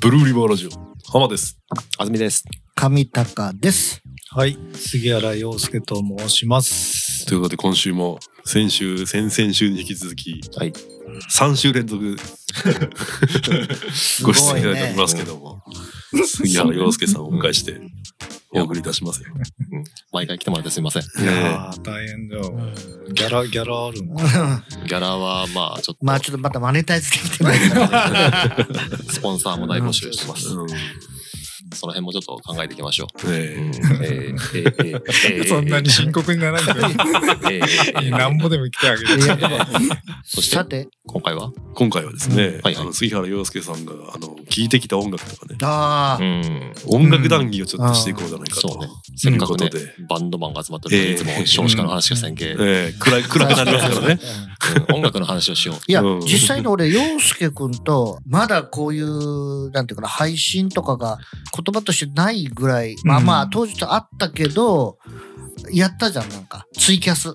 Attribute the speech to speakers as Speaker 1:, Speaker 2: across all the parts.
Speaker 1: ブルーリバーラジオ浜です
Speaker 2: あずみです。
Speaker 3: 上高です。
Speaker 4: はい、杉原洋介と申します。
Speaker 1: ということで今週も先週先々週に引き続き、
Speaker 2: はい
Speaker 1: 3週連続ご出演いただいておりますけども、杉原洋介さんをお迎えしてお送りいたしますよ、
Speaker 2: 毎回来てもらってすみません。
Speaker 4: いやー、大変だよ。ギャラ、ギャラあるの。
Speaker 2: ギャラはまあちょっと、
Speaker 3: まあちょっとまたマネタイズできてないから。
Speaker 2: スポンサーも大募集してます。
Speaker 1: うん
Speaker 2: その辺もちょっと考えていきましょう。
Speaker 1: ええ
Speaker 2: えーえーえーえー
Speaker 4: そんなに深刻にならないけど、
Speaker 2: えーえー えー
Speaker 4: なんぼでも来てあげる。
Speaker 2: そして
Speaker 3: さて、
Speaker 2: 今回は
Speaker 1: 今回はですね、
Speaker 2: んはいはい
Speaker 1: あの杉原洋介さんがあの聞いてきた音楽とかね
Speaker 3: あ
Speaker 2: う
Speaker 3: あ、
Speaker 2: ん
Speaker 1: 音楽談義をちょっとしていこうじゃないかと、
Speaker 2: そうね
Speaker 1: と
Speaker 2: せ
Speaker 1: い
Speaker 2: っ
Speaker 1: う
Speaker 2: か
Speaker 1: こ
Speaker 2: く
Speaker 1: と
Speaker 2: ね
Speaker 1: で、
Speaker 2: バンドマンが集まったのに
Speaker 1: えー
Speaker 2: いつも少子化の話がせんけ、
Speaker 1: ええ暗い暗くなりますからね
Speaker 2: うん音楽の話をしよう
Speaker 3: いや、
Speaker 1: うん
Speaker 3: 実際に俺、洋介くんと、まだこういう、なんていうかな、配信とかが言葉としてないぐらい、まあまあ、
Speaker 4: うん
Speaker 3: 当時とあったけど、やったじゃん、なんか、ツイキャス。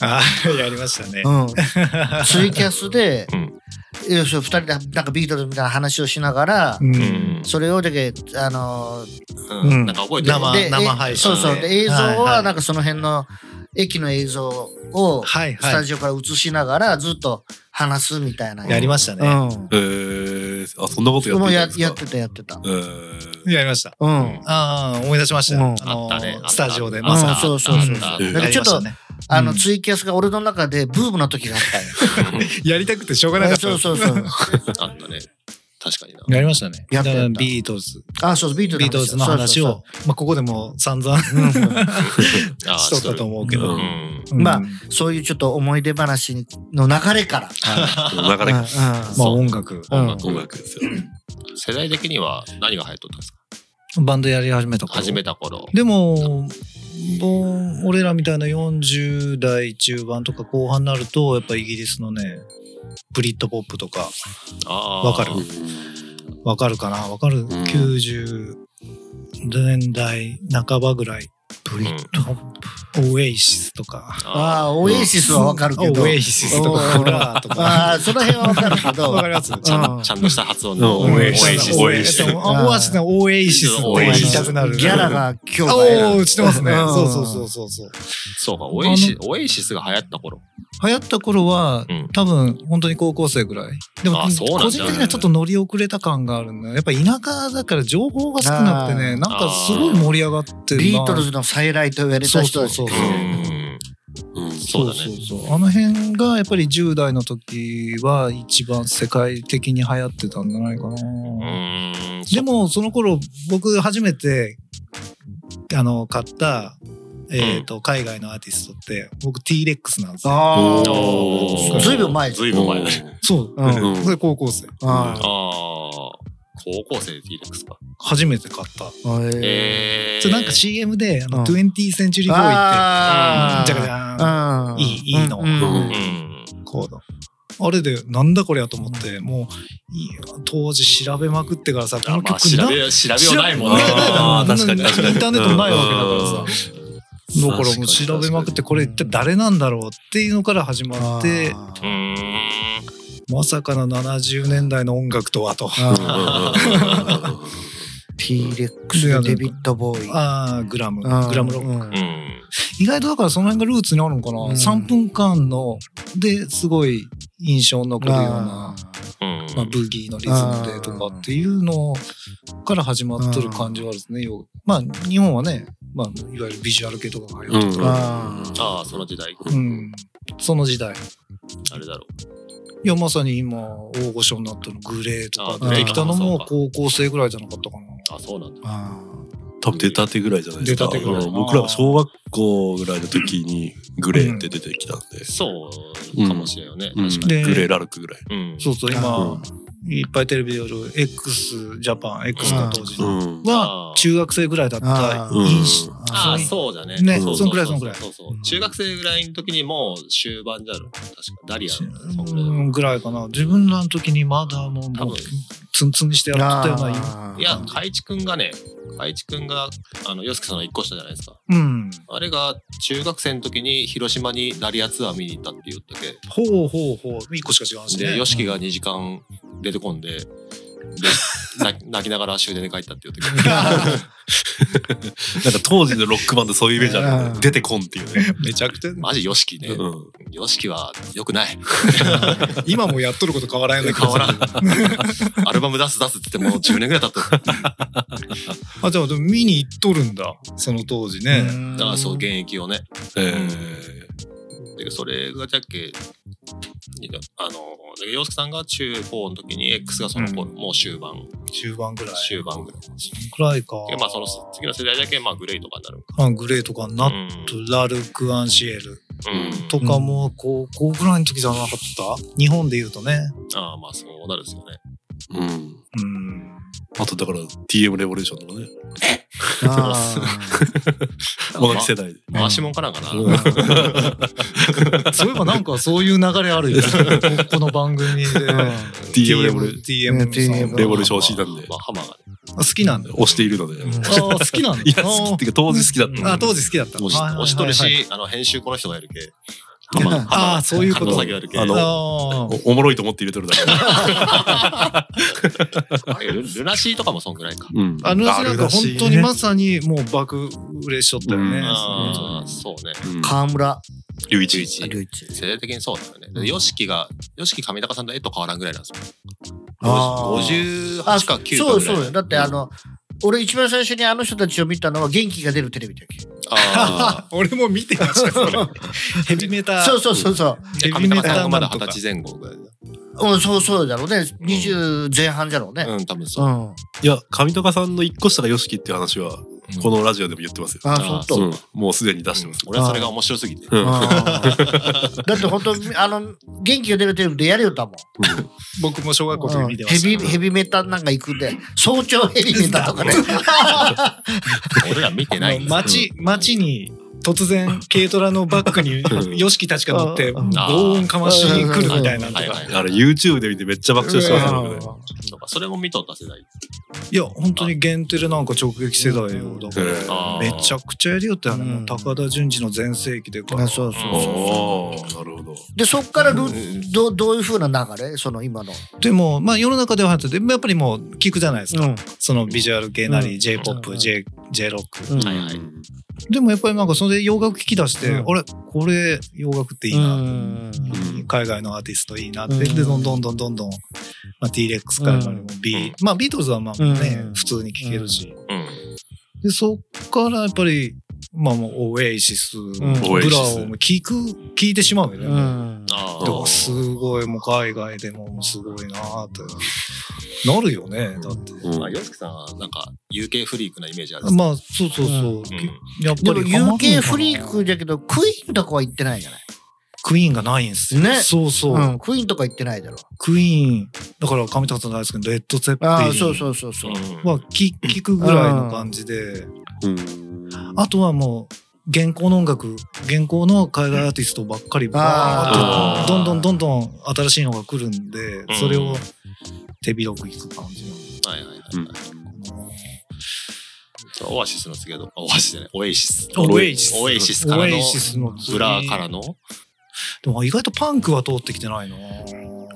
Speaker 4: あーやりましたね
Speaker 3: う。ん。ツイキャスで
Speaker 2: うん、
Speaker 3: 要するに二人でなんかビートルズみたいな話をしながら、
Speaker 4: う
Speaker 2: うん
Speaker 4: ん。
Speaker 3: それをで、あの
Speaker 2: うん
Speaker 4: うん
Speaker 2: なんか覚えてる
Speaker 4: 生
Speaker 3: で
Speaker 4: 生
Speaker 3: え
Speaker 4: 配信
Speaker 3: そう
Speaker 4: で
Speaker 3: そう。で映像
Speaker 4: はいは
Speaker 3: はいなんかその辺の駅の映像をス
Speaker 4: はいは
Speaker 3: タ
Speaker 4: い。
Speaker 3: ジオから映しながらずっと話すみたいな。
Speaker 4: やりました
Speaker 3: う
Speaker 4: ね。
Speaker 3: ん。
Speaker 1: ええあそんなことや
Speaker 3: も
Speaker 1: っ
Speaker 3: う
Speaker 1: てた
Speaker 3: や
Speaker 1: んですか
Speaker 3: やってたやってた。
Speaker 1: ええ
Speaker 4: やりました。
Speaker 3: うん。
Speaker 4: ああ、思い出しましたよ。
Speaker 3: うん
Speaker 4: あの
Speaker 2: あったねあった
Speaker 4: スタジオで、
Speaker 2: あ
Speaker 4: まさ
Speaker 3: うんそうそうそう
Speaker 2: あ
Speaker 1: った
Speaker 4: や
Speaker 1: なん
Speaker 3: か
Speaker 4: り
Speaker 3: ちょ
Speaker 4: ま
Speaker 3: っ
Speaker 4: し
Speaker 3: と
Speaker 4: たね
Speaker 3: あの
Speaker 4: うん
Speaker 3: ツイキャスが俺の中でブームの時があ ったよ。
Speaker 4: やりたくてしょうがなかった
Speaker 3: そう。そう そう。
Speaker 2: あったね確かにな
Speaker 4: やりましたね。
Speaker 3: やった
Speaker 4: だから
Speaker 3: やった
Speaker 4: ビートルズ。
Speaker 3: あ、そうビート
Speaker 4: ビートルズの話
Speaker 3: そう
Speaker 4: を、まあ、ここでも散々 し
Speaker 3: そうそう。うん
Speaker 2: あー
Speaker 4: とったと思うけ
Speaker 1: う
Speaker 4: ど。
Speaker 1: ん
Speaker 2: うん
Speaker 4: うん
Speaker 3: まあそういうちょっと思い出話の流れから。
Speaker 1: なかなか
Speaker 4: まあ
Speaker 2: そう
Speaker 4: 音楽、
Speaker 3: うんうん
Speaker 1: 音楽ですよね、
Speaker 2: 世代的には何が流行っとったんですか
Speaker 4: バンドやり始めた頃
Speaker 2: 始めた頃
Speaker 4: でもぼん俺らみたいな40代中盤とか後半になるとやっぱイギリスのねブリッドポップとか
Speaker 2: あー
Speaker 4: わかるわかるかなわかる、90年代半ばぐらいブリッドポップ、オエイシスとか
Speaker 2: あ
Speaker 3: ああ、オエシスはわかるけど
Speaker 4: オ。エイシスとか
Speaker 3: おー
Speaker 4: フラーと
Speaker 3: あ
Speaker 4: か
Speaker 3: あ、その辺はわかるけど。
Speaker 4: わかります
Speaker 2: ーちゃ
Speaker 3: うんん
Speaker 2: ちゃんとした発音の
Speaker 1: うん
Speaker 2: オ
Speaker 1: オ
Speaker 2: エ
Speaker 1: エ
Speaker 2: シ
Speaker 1: シ
Speaker 2: ス
Speaker 1: ス
Speaker 4: オエイシス
Speaker 3: オエイシス
Speaker 4: あオアシスねオエイシスって言いたくなる
Speaker 3: ギャラが今日
Speaker 4: お
Speaker 3: は
Speaker 4: ー知ってますね。
Speaker 3: うん
Speaker 4: そうそうそうそうそう。
Speaker 2: そうかオエシオエシスが流行った頃
Speaker 4: 流行った頃は、
Speaker 2: うん
Speaker 4: 多分本当に高校生ぐらい。でも
Speaker 2: あそうなんだ
Speaker 4: 個人的にはちょっと乗り遅れた感があるんだよ。やっぱ田舎だから情報が少なくて
Speaker 3: あ
Speaker 4: ね、
Speaker 3: ー
Speaker 4: なんかすごい盛り上がってるな。
Speaker 3: ビートルズの再来と言われた人たち
Speaker 4: そうそう
Speaker 2: う
Speaker 4: そ
Speaker 2: ん
Speaker 1: うんうん
Speaker 2: そ
Speaker 4: そうう
Speaker 2: だね
Speaker 4: そうそうあの辺がやっぱり10代の時は一番世界的に流行ってたんじゃないかな。
Speaker 2: うーん
Speaker 4: でもその頃僕初めてあの買った、えーと海外のアーティストって僕 T-Rex なんですよ。
Speaker 3: あ
Speaker 1: お
Speaker 3: あ、
Speaker 1: ー
Speaker 3: ずいぶん前です
Speaker 2: ずいぶん前だね
Speaker 4: そう。
Speaker 3: うん
Speaker 1: うん
Speaker 4: それ高校生。
Speaker 3: あ
Speaker 2: ああ高校生で T-Rex か
Speaker 4: 初めて買った。
Speaker 3: ーえ
Speaker 2: え
Speaker 4: そうなんか CM で、あ
Speaker 3: う
Speaker 4: の、
Speaker 3: ん
Speaker 4: 20th Century
Speaker 3: ー
Speaker 4: Boy って、
Speaker 3: あー、
Speaker 4: じゃかじゃーん、
Speaker 3: うん
Speaker 4: いいいいの
Speaker 3: うん
Speaker 1: うん
Speaker 2: うん
Speaker 4: コード。あれで、なんだこれやと思って、もう、いいよ当時調べまくってからさ、こ
Speaker 2: あ
Speaker 4: の
Speaker 2: まあ
Speaker 4: 曲
Speaker 2: 調
Speaker 4: な
Speaker 2: べよう調べようないもん
Speaker 1: ね
Speaker 4: 調べようないだろ
Speaker 1: あー確かに確かに
Speaker 4: インターネットないわけだからさ。
Speaker 1: うん
Speaker 4: だからもう調べまくって、これ一体誰なんだろうっていうのから始まって、
Speaker 3: あ
Speaker 2: う
Speaker 3: ー
Speaker 2: ん
Speaker 4: まさかの70年代の音楽とはと。
Speaker 3: あー T レックスでデビッド・ボーイ。
Speaker 4: ああ、グラム、
Speaker 3: うん
Speaker 4: グラムロック。
Speaker 3: うん
Speaker 2: うん
Speaker 4: 意外とだからその辺がルーツにあるのかな。
Speaker 3: うん
Speaker 4: 3分間の、で、すごい印象に残るような
Speaker 2: う
Speaker 3: あ。
Speaker 2: ん
Speaker 4: まあ、ブギーのリズムでとかっていうのから始まってる感じはあるんですね。よまあ日本はね、まあ、いわゆるビジュアル系とかが流行って
Speaker 3: ーあー
Speaker 2: ああその時代
Speaker 4: る、うん、その時代。
Speaker 2: あれだろ
Speaker 4: いやまさに今大御所になってるグレーと
Speaker 2: あ
Speaker 4: か出てきたの
Speaker 2: グレー
Speaker 4: も
Speaker 2: とか
Speaker 4: 高校生ぐらいじゃなかったかな。
Speaker 2: うあそうなんだ
Speaker 3: あ
Speaker 1: 多分出たてぐらいじゃないですか
Speaker 4: 出たてぐらい
Speaker 1: うん僕らが小学校ぐらいの時にグレーって出てきたんで、
Speaker 2: そうかもしれんよね
Speaker 1: うん
Speaker 2: 確か
Speaker 4: で
Speaker 1: グレーラルクぐらい、
Speaker 2: に
Speaker 4: そうそう
Speaker 1: う
Speaker 4: 今
Speaker 1: ん
Speaker 4: いっぱいテレビでやる X ジャパン X が当時
Speaker 1: う
Speaker 4: の
Speaker 1: ん
Speaker 4: は中学生ぐらいだった
Speaker 3: あー
Speaker 4: 印象。
Speaker 2: ああ
Speaker 4: そう
Speaker 2: そうだね
Speaker 4: ね
Speaker 2: うう
Speaker 4: そんくらいそんくらい
Speaker 2: そうそう中学生ぐらいの時にもう終盤だろ確かダリアそんくらいだ
Speaker 4: う
Speaker 2: ろ
Speaker 4: んぐらいかな自分らの時にまだもう
Speaker 2: 多分
Speaker 4: ツンツンにしてやってたような
Speaker 3: あー
Speaker 2: いや、海地くんがね、愛知くんが、あの、洋介さんの一個下じゃないですか。
Speaker 4: うん。
Speaker 2: あれが中学生の時に広島にダリアツアー見に行ったって言ってて、
Speaker 4: ほうほうほう。一個しか違うんですね。
Speaker 2: で、ヨシキが2時間出てこんで、 で泣泣きながら終電で帰ったって言ってて。
Speaker 1: なんか当時のロックバンドそういうイメージある
Speaker 4: う
Speaker 1: ね
Speaker 4: ん
Speaker 1: 出てこんっていうね。
Speaker 4: うん めちゃくち ゃ、
Speaker 2: マジヨシキね。
Speaker 1: うん
Speaker 2: ヨシキは良くない。
Speaker 4: 今もやっとること変わらんよね。
Speaker 2: 変わらん。アルバム出す出すって言ってもう10年ぐらい経 った。
Speaker 4: あ、じゃあ、でも見に行っとるんだ。その当時ね。
Speaker 2: だからそう、現
Speaker 3: ー
Speaker 2: 役をね。
Speaker 1: え
Speaker 2: で、それがじゃっけ、あの、で洋介さんが中高の時に X がその頃、
Speaker 4: うん
Speaker 2: もう終盤、
Speaker 4: 中盤ぐらい。
Speaker 2: 終盤ぐらい。
Speaker 4: くらいか。
Speaker 2: で、まあその次の世代だけ、まあグレイとかになるのか。
Speaker 4: あグレーとかになっ
Speaker 2: う
Speaker 4: ラルク・アンシエル
Speaker 2: ん。うん
Speaker 4: とかも高校ぐらいの時じゃなかった、日本で言うとね。
Speaker 2: ああ、まあそうなるですよね。
Speaker 1: えうん。
Speaker 4: うん。
Speaker 1: あとだから TM レボリューションとかね。
Speaker 3: あ
Speaker 1: 同じ世代で。
Speaker 2: 回しもんかなんかな。
Speaker 1: うん
Speaker 4: うんそういえばなんかそういう流れあるよね。この番 組で。
Speaker 1: TM レボリュ
Speaker 4: TM さん
Speaker 3: TM
Speaker 1: レボリューション推しなんで
Speaker 2: まあ、ハマーがね。
Speaker 4: あ好きなんだよ。
Speaker 1: 押しているので。
Speaker 4: あー好きなんだ。
Speaker 1: いや、好きっていうか当時好きだった
Speaker 4: あ
Speaker 1: の
Speaker 4: ーあ、当時好きだった。
Speaker 1: 押し
Speaker 4: はいはいはいはい
Speaker 2: 押しとるし、あの、編集この人がやるけ。
Speaker 3: あ
Speaker 2: ハマハマ
Speaker 4: あーそういうこと
Speaker 2: ハマ作業やるけ。
Speaker 1: あ
Speaker 2: あ
Speaker 1: の
Speaker 4: あー
Speaker 1: おおもろいと思って入れとるだけ。
Speaker 2: れルルナシーとかもそんぐらいか。
Speaker 1: うん
Speaker 4: あのなんか本当にまさにもう爆売れしとったよね。
Speaker 1: うん
Speaker 2: ああ、そうね。
Speaker 1: うん
Speaker 3: 河村
Speaker 1: 龍一。
Speaker 3: 隆一。
Speaker 2: 世代的にそうだよね。で、ヨシキが、ヨシキ上高さんと絵と変わらんぐらいなんですよ。
Speaker 3: あー
Speaker 2: 58
Speaker 3: あ
Speaker 2: か9かぐらい。
Speaker 3: そうそうよだってあ
Speaker 2: の、
Speaker 3: の、俺一番最初にあの人たちを見たのは元気が出るテレビだっけ
Speaker 2: あ
Speaker 4: 俺も見てましたよそ れヘビメタ
Speaker 3: そうそうそうそう、
Speaker 2: ー
Speaker 4: ヘ
Speaker 2: 上
Speaker 4: ビメ
Speaker 2: 高さんが
Speaker 4: タな
Speaker 2: ま
Speaker 4: ん
Speaker 2: だ
Speaker 4: と
Speaker 2: 二
Speaker 4: か
Speaker 2: 十歳前後ぐらいだ。
Speaker 3: うん、そうそうだろうね20前半じゃろうね
Speaker 2: うん、多分そうう。
Speaker 3: ん、
Speaker 1: いや、上高さんの一個下が YOSHIKI っていう話は、このラジオでも言ってますよ。
Speaker 3: あ
Speaker 2: あ
Speaker 3: あ
Speaker 2: ー
Speaker 3: そ
Speaker 2: そ
Speaker 3: うと、
Speaker 1: うんもうすでに出してます。
Speaker 2: 俺はそれが面白すぎて。
Speaker 1: うん
Speaker 3: あーだって本当あの元気が出るテレビでやるよったもん
Speaker 4: 僕も小学校の時見てま
Speaker 3: ヘ
Speaker 4: した
Speaker 3: ビヘビメタなんか行くんで早朝ヘビメタとかね
Speaker 2: 俺ら見てないん
Speaker 4: あの
Speaker 2: ですよ。
Speaker 4: 街街に突然軽トラのバックに
Speaker 1: うん
Speaker 4: ヨシキたちが乗って
Speaker 3: うん
Speaker 4: 轟音かましに来るみたいなのと
Speaker 2: はい
Speaker 4: か
Speaker 2: はい
Speaker 1: あれ YouTube で見てめっちゃ爆笑してました
Speaker 4: う
Speaker 1: よ
Speaker 4: ん
Speaker 1: ね。
Speaker 2: そうかそれも見とった世代。
Speaker 4: いや本当に限定でなんか直撃世代よだから
Speaker 1: へー
Speaker 2: あ
Speaker 4: めちゃくちゃやりよったよね、
Speaker 3: うん
Speaker 4: もう高田純次の全盛期でから
Speaker 3: あそうそう
Speaker 1: ああ、なるほど。
Speaker 3: でそっからル、
Speaker 2: うん
Speaker 3: どどういうふうな流れその今の、
Speaker 4: でもまあ世の中では流行っててやっぱりもう聞くじゃないですか、
Speaker 3: うん
Speaker 4: そのビジュアル系なり、
Speaker 3: うん
Speaker 4: j p o p j, j ロック、
Speaker 3: うん
Speaker 2: はいはい
Speaker 4: でもやっぱりなんかそれで洋楽聴き出して、
Speaker 3: うん
Speaker 4: あれこれ洋楽っていいな、
Speaker 1: うん
Speaker 4: 海外のアーティストいいなって、
Speaker 3: うん
Speaker 4: でどんどんどんどんどん、まあ、T-Rex からも B、
Speaker 2: うん
Speaker 4: まあビートルズはまあね、
Speaker 3: うん
Speaker 4: 普通に聴けるし、
Speaker 2: うん。
Speaker 4: でそっからやっぱりまあもうオエイシス、
Speaker 3: ん
Speaker 4: ブラをもう聴く聴いてしまうよね、
Speaker 3: う
Speaker 4: もうん
Speaker 2: あ
Speaker 4: だから
Speaker 2: あ。
Speaker 4: すごいもう海外でもすごいなーってなるよねだって。
Speaker 1: うん
Speaker 2: まあ、洋介さんはなんか UK フリークなイメージある。
Speaker 4: まあそうそうそ
Speaker 2: う
Speaker 4: う、
Speaker 2: ん
Speaker 4: やっ
Speaker 3: で
Speaker 4: ぱ
Speaker 3: も
Speaker 4: りハマるのかな
Speaker 3: UK フリークだけどクイーンとかは行ってないじゃない、
Speaker 4: クイーンがないんですよ
Speaker 3: ね
Speaker 4: そうそう、
Speaker 3: うん、クイーンとか行ってないだろ
Speaker 4: クイーンだから上高さん大好きなレッド・ゼッペ
Speaker 3: あ
Speaker 4: リ
Speaker 3: あそう
Speaker 4: ン
Speaker 3: そうそうそう、
Speaker 2: うん
Speaker 4: は聞聞くぐらいの感じで、
Speaker 1: うん
Speaker 4: あとはもう現行の音楽現行の海外アーティストばっかりバー
Speaker 2: あ
Speaker 4: っ
Speaker 2: ー
Speaker 4: とどんどんどんどん新しいのが来るんで
Speaker 2: ん
Speaker 4: それを手広く聞く感じな
Speaker 2: はいはいはいはい。
Speaker 1: うん
Speaker 4: のか
Speaker 2: オアシスの次はどオアシスじゃない、オエイシス。
Speaker 4: なオエイシス
Speaker 2: オエイシスから
Speaker 4: オエ
Speaker 2: の
Speaker 4: イシスの次
Speaker 2: ブラーからの。
Speaker 4: でも意外とパンクは通ってきてないな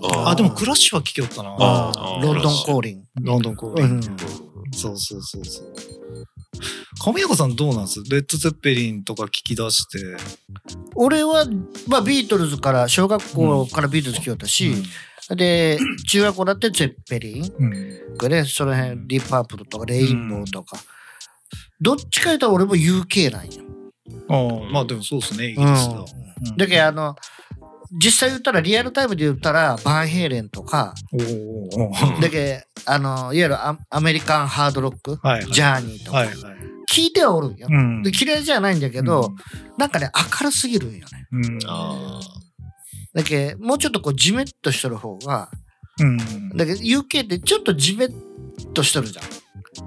Speaker 1: あー
Speaker 4: あでもクラッシュは聞きよったな
Speaker 1: あ
Speaker 2: あ
Speaker 3: ロンドン降臨
Speaker 4: ロンドン公
Speaker 3: う
Speaker 4: 演、
Speaker 3: ん
Speaker 4: そうそうそうそう。亀岡さんどうなんですレッド・ゼッペリンとか聞き出して。
Speaker 3: 俺は、まあ、ビートルズから小学校からビートルズ聴いたし、で中学校だってゼッペリン
Speaker 4: うん。
Speaker 3: とかねその辺ディープパープルとかレインボーとか、どっちか言ったら俺も UK なんよ、
Speaker 4: ああ、まあでもそうですね、イギリスだ。うん
Speaker 3: だけどあの実際言ったらリアルタイムで言ったらバンヘイレンとか
Speaker 4: おーおーおー
Speaker 3: だけどあのいわゆるアアメリカンハードロック
Speaker 4: はいはい。
Speaker 3: ジャーニーとか、
Speaker 4: はいはい。
Speaker 3: 聞いてはおるんよ、
Speaker 4: ん
Speaker 3: で嫌いじゃないんだけど、、なんかね明るすぎるんよね
Speaker 4: うん。うん
Speaker 2: あ
Speaker 3: だけどもうちょっとこうジメッとしてる方が
Speaker 4: うん。
Speaker 3: だけど UK ってちょっとジメッとしてるじ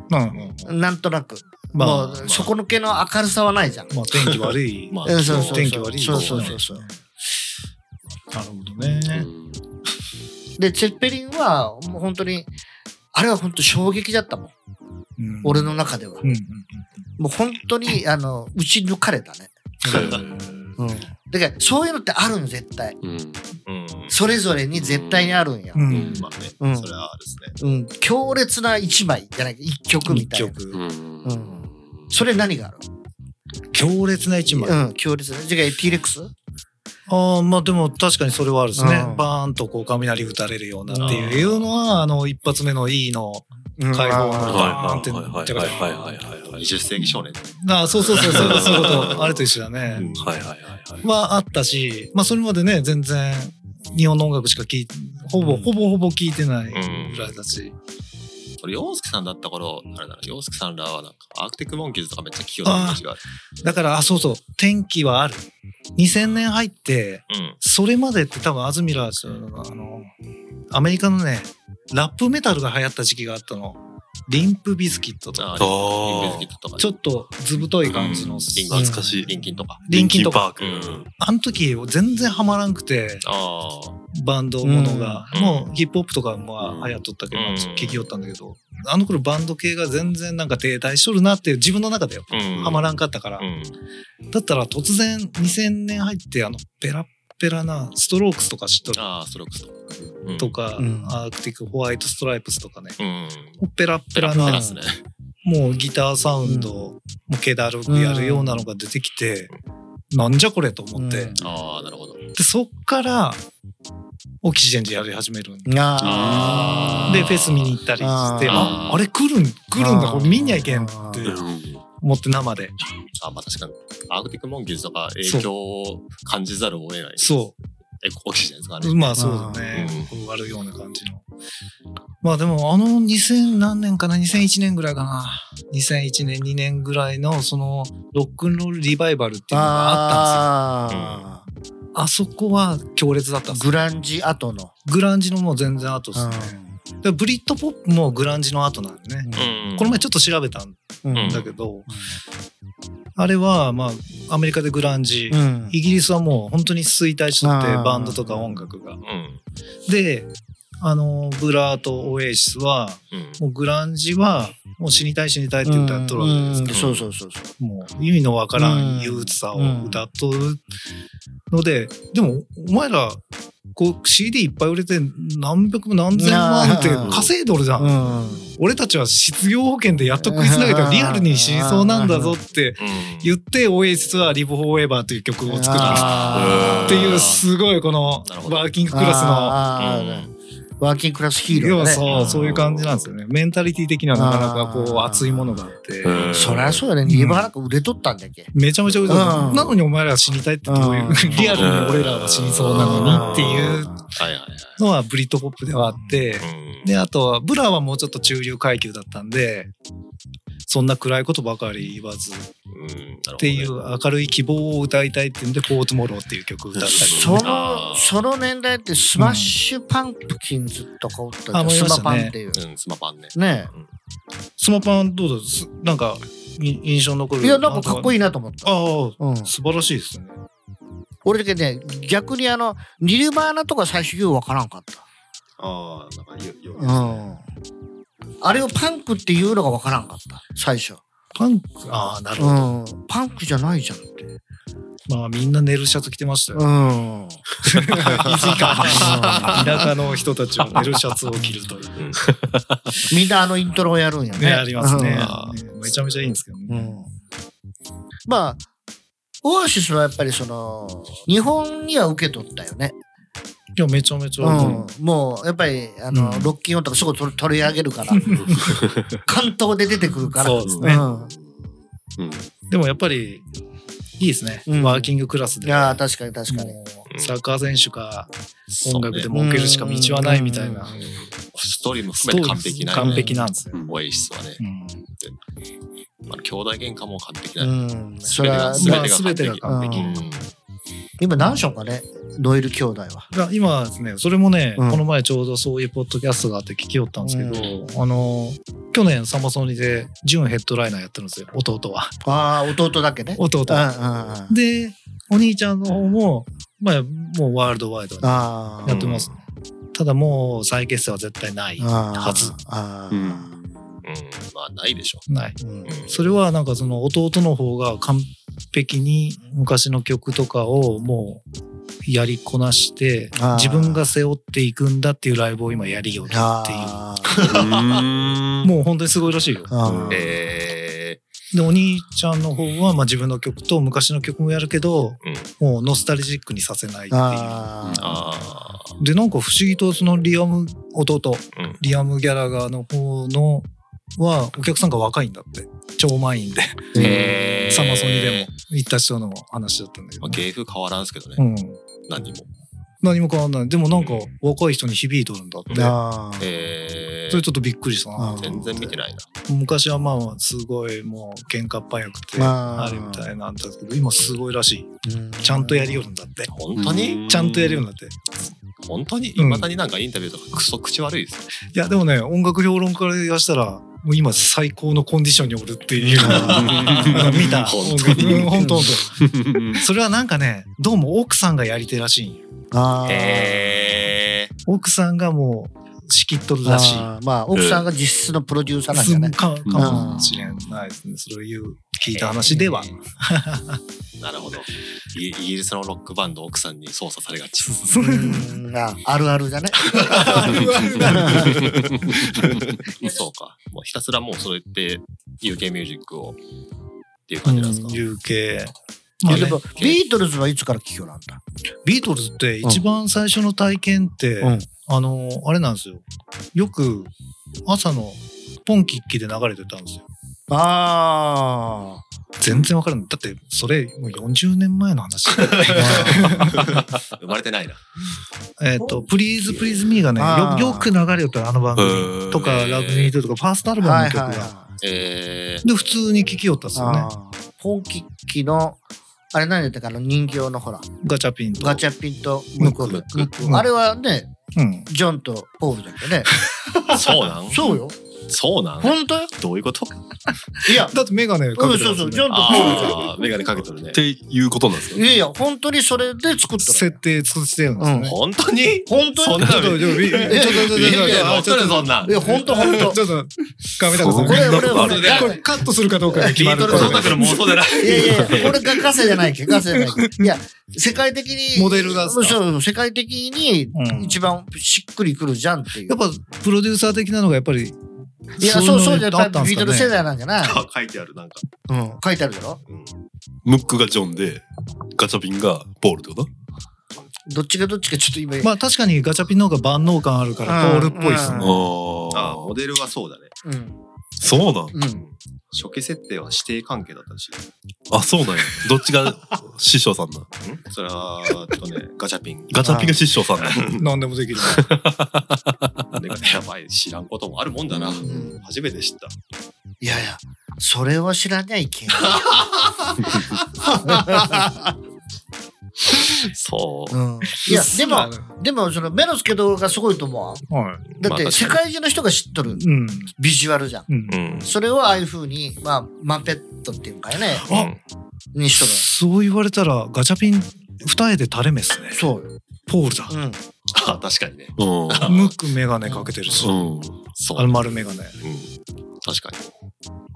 Speaker 4: まあ、うん
Speaker 3: ゃんなんとなく、
Speaker 4: まあ、
Speaker 3: もう底抜けの明るさはないじゃん
Speaker 4: まあ天気悪い。
Speaker 2: あ。まあ、
Speaker 3: うんそうそう
Speaker 4: 天気悪い。
Speaker 3: そうそうそうそう
Speaker 4: なるほどね。
Speaker 3: で、チェッペリンは、もう本当に、あれは本当衝撃だったもん。
Speaker 4: うん
Speaker 3: 俺の中では
Speaker 4: う。んうん
Speaker 3: もう本当に、あの、打ち抜かれたね。うん。だから、そういうのってあるん、絶対。
Speaker 1: うん。
Speaker 2: うん。
Speaker 3: それぞれに絶対にあるんや。
Speaker 4: うん
Speaker 1: うん
Speaker 2: まあね、
Speaker 3: うん
Speaker 2: それはですね。
Speaker 3: うん。強烈な一枚じゃない一曲み
Speaker 4: 一
Speaker 3: たいな。
Speaker 4: 曲、
Speaker 1: うん。
Speaker 3: うんそれ何がある
Speaker 4: 強烈な一枚、
Speaker 3: うん、強烈な。じゃあ、T-Rex?
Speaker 4: ああまあでも確かにそれはあるですね、
Speaker 3: うん
Speaker 4: バーンとこう雷打たれるようなっていういうのはあの一発目の E の
Speaker 3: 解
Speaker 4: 解放の
Speaker 1: はいはいはいはいはいはいはいはい。
Speaker 2: 20世紀少年。
Speaker 4: ああそうそうそうそういうことそういうことあれと一緒だね、
Speaker 1: うんはいはいはいはい。
Speaker 4: はあったし、まあ、それまでね全然日本の音楽しか聞いほぼ、
Speaker 2: うん
Speaker 4: ほぼほぼ聞いてない
Speaker 2: うん
Speaker 4: ぐらいだし、
Speaker 2: これ、洋介さんだった頃、あれだな、洋介さんらはなんか、アークテックモンキーズとかめっちゃ聞くようなイメージがある。
Speaker 4: だからあそうそう天気はある2000年入って
Speaker 2: うん。
Speaker 4: それまでって多分安住らさんがあのアメリカのねラップメタルが流行った時期があったのリンプビスキットとか
Speaker 2: ああ、リン
Speaker 1: あ
Speaker 2: ビズキットとかね。
Speaker 4: ちょっとずぶとい感じの、
Speaker 2: うん
Speaker 1: あ、懐かしい。
Speaker 2: リンキンとか。
Speaker 4: リンキンとか
Speaker 1: リンキンパーク。
Speaker 4: あの時全然ハマらんくて
Speaker 2: ああ。
Speaker 4: バンドものが、
Speaker 2: うん
Speaker 4: もうヒップホップとかも流行っとったけど、
Speaker 2: うん
Speaker 4: 聞きよったんだけどあの頃バンド系が全然なんか停滞しとるなっていう自分の中でよ、
Speaker 2: うん
Speaker 4: ハマらんかったから、
Speaker 2: うん。
Speaker 4: だったら突然2000年入ってあのペラッペラなストロークスとか知っとる
Speaker 2: ああ、ストロークスとか。うん
Speaker 4: と。か、
Speaker 3: うん
Speaker 4: アークティックホワイトストライプスとかね
Speaker 2: うん。
Speaker 4: ペラッペ
Speaker 2: ペラ
Speaker 4: ラ
Speaker 2: ペラ
Speaker 4: な
Speaker 2: ですね。
Speaker 4: もうギターサウンドもう気だるくやるようなのが出てきて、なんじゃこれと思って、
Speaker 3: うん
Speaker 2: ああ、なるほど。
Speaker 4: でそっからオキシジェンでやり始めるんで
Speaker 3: あー
Speaker 4: でフェス見に行ったりして
Speaker 3: あー
Speaker 4: ああれ来るん来るんだ
Speaker 3: あー
Speaker 4: これ見にゃいけんって
Speaker 1: うん
Speaker 4: 思って生で
Speaker 2: あまあ確かに。アークティックモンキーズとか影響を感じざるを得ない。
Speaker 4: そ
Speaker 2: エコオキシジェンですか
Speaker 4: う
Speaker 2: ね。
Speaker 4: まあそうだねこう割るような感じのまあでもあの2000何年かな2001年ぐらいかな2001年2年ぐらいのそのロックンロールリバイバルっていうのがあったん
Speaker 3: あー
Speaker 4: ですよあそこは強烈だったんです
Speaker 3: グランジ後の。
Speaker 4: グランジのもう全然後ですねでブリッドポップもグランジの後なんでね
Speaker 2: うん。
Speaker 4: この前ちょっと調べたん
Speaker 3: うん
Speaker 2: うん
Speaker 4: だけど、あれはまあアメリカでグランジ、
Speaker 3: うん
Speaker 4: イギリスはもう本当に衰退しとって
Speaker 3: あー
Speaker 4: バンドとか音楽が。
Speaker 2: うん。
Speaker 4: であのブラーとオエシスは
Speaker 2: うん。
Speaker 4: もうグランジはもう死にたい死にたいって歌っとるわけですけど、
Speaker 3: うんそうそうそうそう。
Speaker 4: もう意味のわから
Speaker 3: うん
Speaker 4: ん憂鬱さを歌っとるので、でもお前らこう CD いっぱい売れて何百も何千万って稼いどるじゃん。
Speaker 3: うん
Speaker 4: 俺たちは失業保険でやっと食いつなげたらリアルに死にそうなんだぞって言って、オエシスはリブフォーエバーという曲を作る
Speaker 3: あー
Speaker 4: っていう、すごいこの
Speaker 2: なるほど
Speaker 4: ワーキングクラスの
Speaker 3: あーワーキングクラスヒーロー
Speaker 4: 要
Speaker 3: だ
Speaker 4: は
Speaker 3: ね。
Speaker 4: そうう、
Speaker 2: ん
Speaker 4: そういう感じなんですよね。メンタリティ的にはなかなかこう
Speaker 3: あー
Speaker 4: 熱いものがあって、
Speaker 1: うん
Speaker 3: そりゃそうだね。
Speaker 4: うん
Speaker 3: リバラク売れとったんだっけ。
Speaker 4: めちゃめちゃ売れたの
Speaker 3: うん
Speaker 4: なのにお前ら死にたいってどういう
Speaker 3: うん、
Speaker 4: リアルに俺らは死にそうなのにっていう
Speaker 2: はいはいはい。
Speaker 4: のはブリッドポップではあって、
Speaker 2: うん
Speaker 4: で、あとは、ブラはもうちょっと中流階級だったんで、そんな暗いことばかり言わず、
Speaker 2: うん。なるほどね
Speaker 4: っていう。明るい希望を歌いたいっていうんで「フォートモロー」っていう曲を歌ったり
Speaker 3: そ
Speaker 2: あー
Speaker 3: のその年代ってスマッシュパンプキンズとかおったじゃ
Speaker 4: あ
Speaker 3: ん
Speaker 4: 思い
Speaker 3: ス
Speaker 4: ま
Speaker 3: マ
Speaker 4: した
Speaker 3: パ
Speaker 4: ね
Speaker 3: ンっていう。
Speaker 2: うん、スマパンね。
Speaker 3: ね
Speaker 4: スマパンどうだすなんかい印象に残
Speaker 3: え
Speaker 4: る
Speaker 3: いやなんかかっこ
Speaker 4: いい
Speaker 3: いいなと思った。
Speaker 4: あ
Speaker 3: うん
Speaker 4: あ、素晴らしいですね
Speaker 3: 俺だけね逆にあのニルバーナとか最初ようわからんかった。
Speaker 2: ああ、なんかよ、よ、
Speaker 3: うんあれをパンクっていうのがわからんかった最初、
Speaker 4: パンクああなる
Speaker 3: う
Speaker 4: ほど、
Speaker 3: ん、パンクじゃないじゃんって
Speaker 4: まあみんな寝るシャツ着て ましたよ、
Speaker 3: うんか
Speaker 4: 田舎の人たちは寝るシャツを着るという
Speaker 3: みんなあのイントロをやるんやね
Speaker 4: ねありますね
Speaker 2: あ
Speaker 4: めちゃめちゃいいんですけど
Speaker 3: うん、う
Speaker 4: ね、
Speaker 3: んまあオアシスはやっぱりその日本には受け取ったよね、
Speaker 4: いやめちゃめちゃ、
Speaker 3: うん、もうやっぱりあの、
Speaker 4: うん
Speaker 3: ロッキンオンとかすぐ取り取り上げる から関東で出てくるから
Speaker 4: そうですね
Speaker 3: うん
Speaker 1: うん
Speaker 4: でもやっぱりいいですね、
Speaker 3: うん
Speaker 4: ワーキングクラス
Speaker 3: い
Speaker 4: で
Speaker 3: やー確かに確かに、
Speaker 4: もうサッカー選手か音楽で
Speaker 2: も。
Speaker 4: も受けるしか道はないみたいな、
Speaker 3: うん
Speaker 2: ストーリーも含めて完璧な。
Speaker 4: 完璧なんですよ、
Speaker 2: オエシスはね。あの兄弟喧嘩も完璧な。
Speaker 3: うん、それは
Speaker 4: 全てが
Speaker 3: 完璧
Speaker 2: うん
Speaker 3: 今何章かねドイル兄弟は。
Speaker 4: が今ですねそれもね、
Speaker 3: うん
Speaker 4: この前ちょうどそういうポッドキャストがあって聞きよったんですけど、あの去年サマソニで純ヘッドライナーやってるんですよ弟は
Speaker 3: ああ弟だけね。
Speaker 4: 弟
Speaker 3: うんうんうん
Speaker 4: は、でお兄ちゃんの方も、まあ、もうワールドワイドに
Speaker 3: あー
Speaker 4: やってます、ただもう再結成は絶対ない
Speaker 3: あー
Speaker 4: はず
Speaker 3: あ
Speaker 1: う
Speaker 3: ー
Speaker 1: ん
Speaker 2: まあないでしょ。
Speaker 4: ない。
Speaker 3: うん
Speaker 2: うん
Speaker 4: それはなんかその弟の方が完璧に昔の曲とかをもうやりこなして
Speaker 3: あー
Speaker 4: 自分が背負っていくんだっていうライブを今やりようとってい
Speaker 3: あ
Speaker 1: うん
Speaker 4: う。もう本当にすごいらしいよ。
Speaker 3: ーあー
Speaker 2: え
Speaker 4: でお兄ちゃんの方はまあ自分の曲と昔の曲もやるけど、もうノスタルジックにさせないっていう。
Speaker 3: あ
Speaker 2: ー、
Speaker 3: ー
Speaker 2: あ
Speaker 4: でなんか不思議とそのリアム弟、
Speaker 2: うん
Speaker 4: リアム・ギャラガーの方のはお客さんが若いんだって超満員で
Speaker 2: ー
Speaker 3: え
Speaker 2: えー、
Speaker 4: サマソニでも行った人の話だったんだけ
Speaker 2: ま
Speaker 4: ど
Speaker 2: あ、
Speaker 4: ね、
Speaker 2: 芸風変わらんすけどね、
Speaker 4: うん、
Speaker 2: 何も。
Speaker 4: 何も変わんないでもなんか若い人に響いとるんだって、
Speaker 3: ーあー
Speaker 2: え
Speaker 4: それ
Speaker 2: ー、
Speaker 4: ちょっとびっくりしたなって
Speaker 2: 全然見てないな。
Speaker 4: 昔はまあすごいもう喧嘩っ早くて
Speaker 3: あー
Speaker 4: あれみたいなんだけど今すごいらしいちゃんとやりよるんだって
Speaker 2: 本当に
Speaker 4: ちゃんとやるようになって
Speaker 2: 本当にい
Speaker 4: うん
Speaker 2: まだになんかインタビューとかクソ口悪いですね。
Speaker 4: いやでもね音楽評論家から言わしたらもう今最高のコンディションにおるっていう 見た
Speaker 2: 本当に
Speaker 4: うん本当本当それはなんかねどうも奥さんがやり手らしいんよ
Speaker 3: あー
Speaker 2: え
Speaker 4: 奥さんがもう仕切っとるらしい
Speaker 3: あーまあ奥さんが実質のプロデューサーなんじゃない、
Speaker 4: かかもしれないですねそういう聞いた話では、
Speaker 2: ー、なるほど。イイギリスのロックバンド奥さんに操作されがち。
Speaker 3: うんああるある だね。
Speaker 2: そうか。もうひたすらもうそれって UK ミュージックをっていう感じなんですか。
Speaker 4: UK
Speaker 3: ま
Speaker 4: ま
Speaker 3: あ
Speaker 4: あね
Speaker 3: でもビートルズはいつから聞きようなんだ。
Speaker 4: ビートルズって一番最初の体験って、
Speaker 3: うん
Speaker 4: あのあれなんですよよく朝のポンキッキで流れてたんですよ
Speaker 3: あ
Speaker 4: 全然わからないだってそれもう40年前の話
Speaker 2: 生まれてないな。
Speaker 4: えっと「プリーズプリーズミーがね
Speaker 3: あー
Speaker 4: よよく流れてたあの番組
Speaker 1: うん
Speaker 4: とか「ラブミートとかファーストアル
Speaker 3: あ。はい
Speaker 4: バムの曲が、
Speaker 3: はいはい。
Speaker 2: えー、
Speaker 4: で普通に聴きよったんですよね
Speaker 3: あーポンキッキのあれ何だったかあの人形のほら
Speaker 4: ガチャピンと
Speaker 3: ガチャピンとムック
Speaker 2: ムック
Speaker 3: ムック
Speaker 4: うん
Speaker 3: あれはね
Speaker 4: うん、。
Speaker 3: ジョンとポールだったよね。
Speaker 2: そう なん
Speaker 3: そうよ。
Speaker 2: そうなん
Speaker 3: 本当よ。
Speaker 2: どういうこと
Speaker 3: いや
Speaker 4: だって眼鏡か
Speaker 3: う
Speaker 4: け
Speaker 3: ん
Speaker 4: て
Speaker 3: そ
Speaker 4: ま
Speaker 3: う
Speaker 4: す
Speaker 3: そ
Speaker 4: よ
Speaker 3: う
Speaker 4: ね
Speaker 3: ジョンとポールだよ
Speaker 2: ああ、メガネかけてるね
Speaker 1: っ。ていうことなんです
Speaker 3: い
Speaker 1: か
Speaker 3: やいや本当にそれで作った
Speaker 4: 設
Speaker 3: の。
Speaker 4: 定作ってるんですよね。
Speaker 2: 本当に
Speaker 3: 本当
Speaker 2: そん
Speaker 3: よ。
Speaker 2: な
Speaker 4: ちょっと、ちょっと、ちょっと、
Speaker 2: いやいや、
Speaker 4: ちょ
Speaker 2: 乗
Speaker 4: っ
Speaker 2: っとるそんなん
Speaker 3: い。や本当本 当。
Speaker 4: と、ちょっと、カメラさん。
Speaker 3: これ俺俺
Speaker 2: それ
Speaker 4: これカットするかどうかが決まる
Speaker 3: ビートルズ
Speaker 2: そんなの妄想でない。
Speaker 3: いやいやいや、これがガセじゃないけど、ガセじゃないけ ど。いや、世界的に。
Speaker 4: モデルがっす
Speaker 3: そう
Speaker 4: か
Speaker 3: そう、世界的に
Speaker 4: うん
Speaker 3: 一番しっくりくるじゃんっていう。
Speaker 4: やっぱ、プロデューサー的なのがやっぱり、
Speaker 3: いや、そうそうじゃ
Speaker 4: な
Speaker 3: な
Speaker 4: っ
Speaker 3: い。
Speaker 4: たん
Speaker 3: ビ
Speaker 4: す
Speaker 3: ート
Speaker 4: か
Speaker 3: ルズ世
Speaker 4: ね。
Speaker 3: 代なんじゃない
Speaker 2: 書いてある、なんか。
Speaker 3: うん、書いてあるだろ
Speaker 2: うん
Speaker 1: ムックがジョンで、ガチャピンがポールってこと
Speaker 3: どっちがどっちかちょっと今、
Speaker 4: まあ確かにガチャピンの方が万能感あるから、ポ
Speaker 3: うん
Speaker 4: ールっぽいっす
Speaker 3: うん
Speaker 4: ね。
Speaker 1: あ
Speaker 2: ああ、
Speaker 1: あ。
Speaker 2: モデルはそうだね。
Speaker 3: うん、
Speaker 1: そうなん
Speaker 3: うん。
Speaker 2: 初期設定は指定関係だったらしいです。
Speaker 1: あ、そうなんや。どっちが師匠さんなん
Speaker 2: んそれは、えっとね、ガチャ ピン。
Speaker 1: ガチャピンが師匠さんなん
Speaker 4: 何でもできる。
Speaker 2: でやばい、知らんこともあるもんだな。
Speaker 3: ん
Speaker 2: 初めて知った。
Speaker 3: いやいや、それは知らにゃいけ ん。
Speaker 2: そう。
Speaker 3: うん。いや、で
Speaker 4: は
Speaker 3: も、でも、その、目の付けどころがすごいと思うわ。
Speaker 4: い。
Speaker 3: だって、
Speaker 2: まあ
Speaker 3: 世界中の人が知っとる
Speaker 4: うん。
Speaker 3: ビジュアルじゃん。
Speaker 4: うん
Speaker 2: う。ん。
Speaker 3: それをああいう風に、まあ、マペットっていうかね、
Speaker 4: あ
Speaker 2: うん
Speaker 3: にしとる。
Speaker 4: そう言われたら、ガチャピン、二重で垂れ目っすね。
Speaker 3: そうよ。
Speaker 4: ポールだ
Speaker 3: う。ん。
Speaker 2: あ確かにね。
Speaker 1: う
Speaker 4: ムックメガネかけてるし。
Speaker 1: ん。うん。
Speaker 2: そう。
Speaker 4: あの丸メガネ。
Speaker 2: うん確か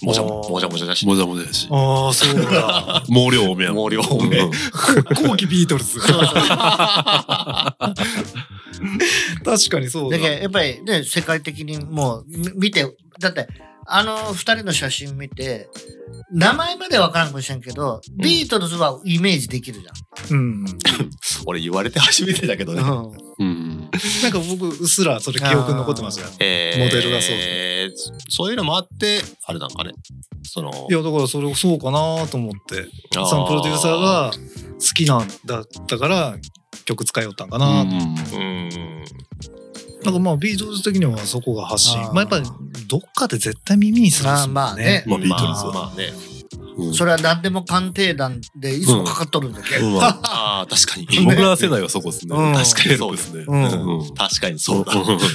Speaker 2: に。もじゃもじゃもじゃだし。
Speaker 1: もじゃもじゃやし。
Speaker 4: ああ、そうだ。
Speaker 1: 毛量多めやん。
Speaker 2: 毛量多め
Speaker 1: うん
Speaker 4: 後期ビートルズ。
Speaker 3: そうそう。
Speaker 4: 確かにそうだ
Speaker 3: だ。けどやっぱりね世界的にもうみ見てだってあの2人の写真見て名前までは分からんかもしれんけど、ビートルズはイメージできるじ
Speaker 4: うん。
Speaker 2: 俺言われて初めてだけど
Speaker 3: ゃ
Speaker 2: ね。
Speaker 3: ん。
Speaker 1: うん。
Speaker 4: なんか僕、うっすらそれ記憶に残ってますよ。
Speaker 2: え
Speaker 4: モデルがそう
Speaker 2: そう。そういうのもあって、あれなんかね。その、
Speaker 4: いや、だからそれそうかなと思って、
Speaker 2: あ
Speaker 4: そのプロデューサーが好きなんだったから曲使いよったんかな。
Speaker 1: う
Speaker 2: うん。
Speaker 4: なんかまあビートルズ的にはそこが発信。
Speaker 3: あー
Speaker 4: まあやっぱりどっかで絶対耳にするんですもんね。
Speaker 3: まあまあね
Speaker 1: まあビートルズ
Speaker 2: まあまあね。
Speaker 1: んうん
Speaker 3: それは何でも鑑定団でいつもかかっとるんだけど、
Speaker 1: うんまあ
Speaker 2: ああ、確かに。
Speaker 1: 僕ら世代はそこですね。
Speaker 3: うん
Speaker 1: 確かにそうですね。
Speaker 3: うん
Speaker 1: うん
Speaker 2: 確かにそうだ。